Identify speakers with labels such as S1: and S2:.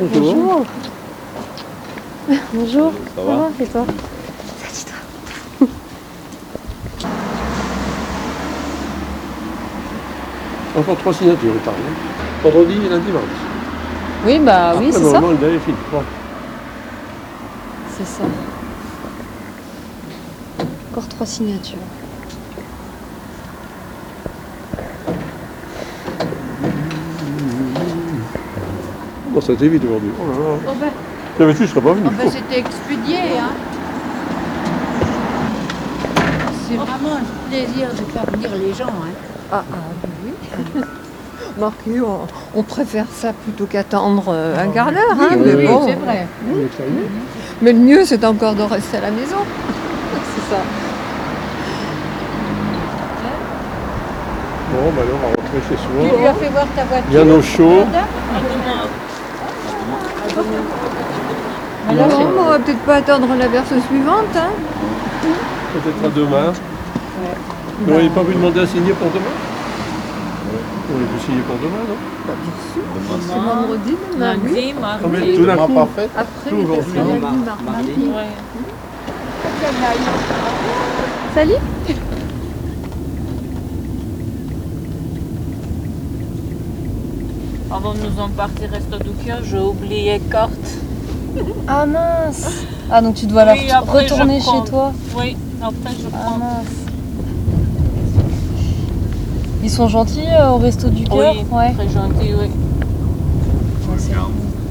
S1: Bonjour.
S2: Bonjour. Bonjour.
S1: Ça va
S2: et toi
S1: Encore trois signatures, il parle. hein. Vendredi et lundi, mardi.
S2: Oui, bah
S3: Ah
S4: Ah,
S2: oui,
S1: Après,
S2: c'est ça.
S1: normalement, le dernier film. Bon.
S2: C'est ça. Encore trois signatures.
S1: Bon, ça a été vite aujourd'hui. Oh là là.
S3: Oh ben,
S1: J'avais vu, je serais pas venu.
S3: oh ben, c'était expédié, hein. C'est vraiment un plaisir de faire venir les gens, hein.
S5: Ah, ah, oui. Marqué, on, on préfère ça plutôt qu'attendre euh, un quart d'heure. hein, mais,
S3: oui,
S5: bon.
S3: c'est vrai.
S5: mais le mieux, c'est encore de rester à la maison. c'est ça.
S1: Bon, bah alors, on va rentrer chez
S3: Tu lui
S1: soi.
S3: as fait voir ta voiture
S1: Bien au chaud.
S3: madame
S5: Alors, on va peut-être pas attendre la verse suivante. hein.
S1: Peut-être à demain. Vous n'auriez
S3: Bah.
S1: pas voulu demander à signer pour demain On aurait pu signer pour demain, non
S5: C'est vendredi, demain, oui.
S3: Ah,
S1: Non, Ah, mais tout d'un coup,
S5: Après,
S1: Tout
S5: parce
S1: aujourd'hui.
S5: qu'il y a du mar- mardi. Salut
S4: Avant de nous en partir Resto Dukia, j'ai oublié carte.
S2: Ah mince Ah donc tu dois la
S4: Oui,
S2: ret-
S4: après, je
S2: retourner
S4: prends.
S2: chez toi
S4: Oui, après je
S2: Ah
S4: prends.
S2: mince Ils sont gentils euh, au resto du cœur
S4: oui,
S2: Ouais.
S4: très gentil, oui.
S2: Ouais, c'est-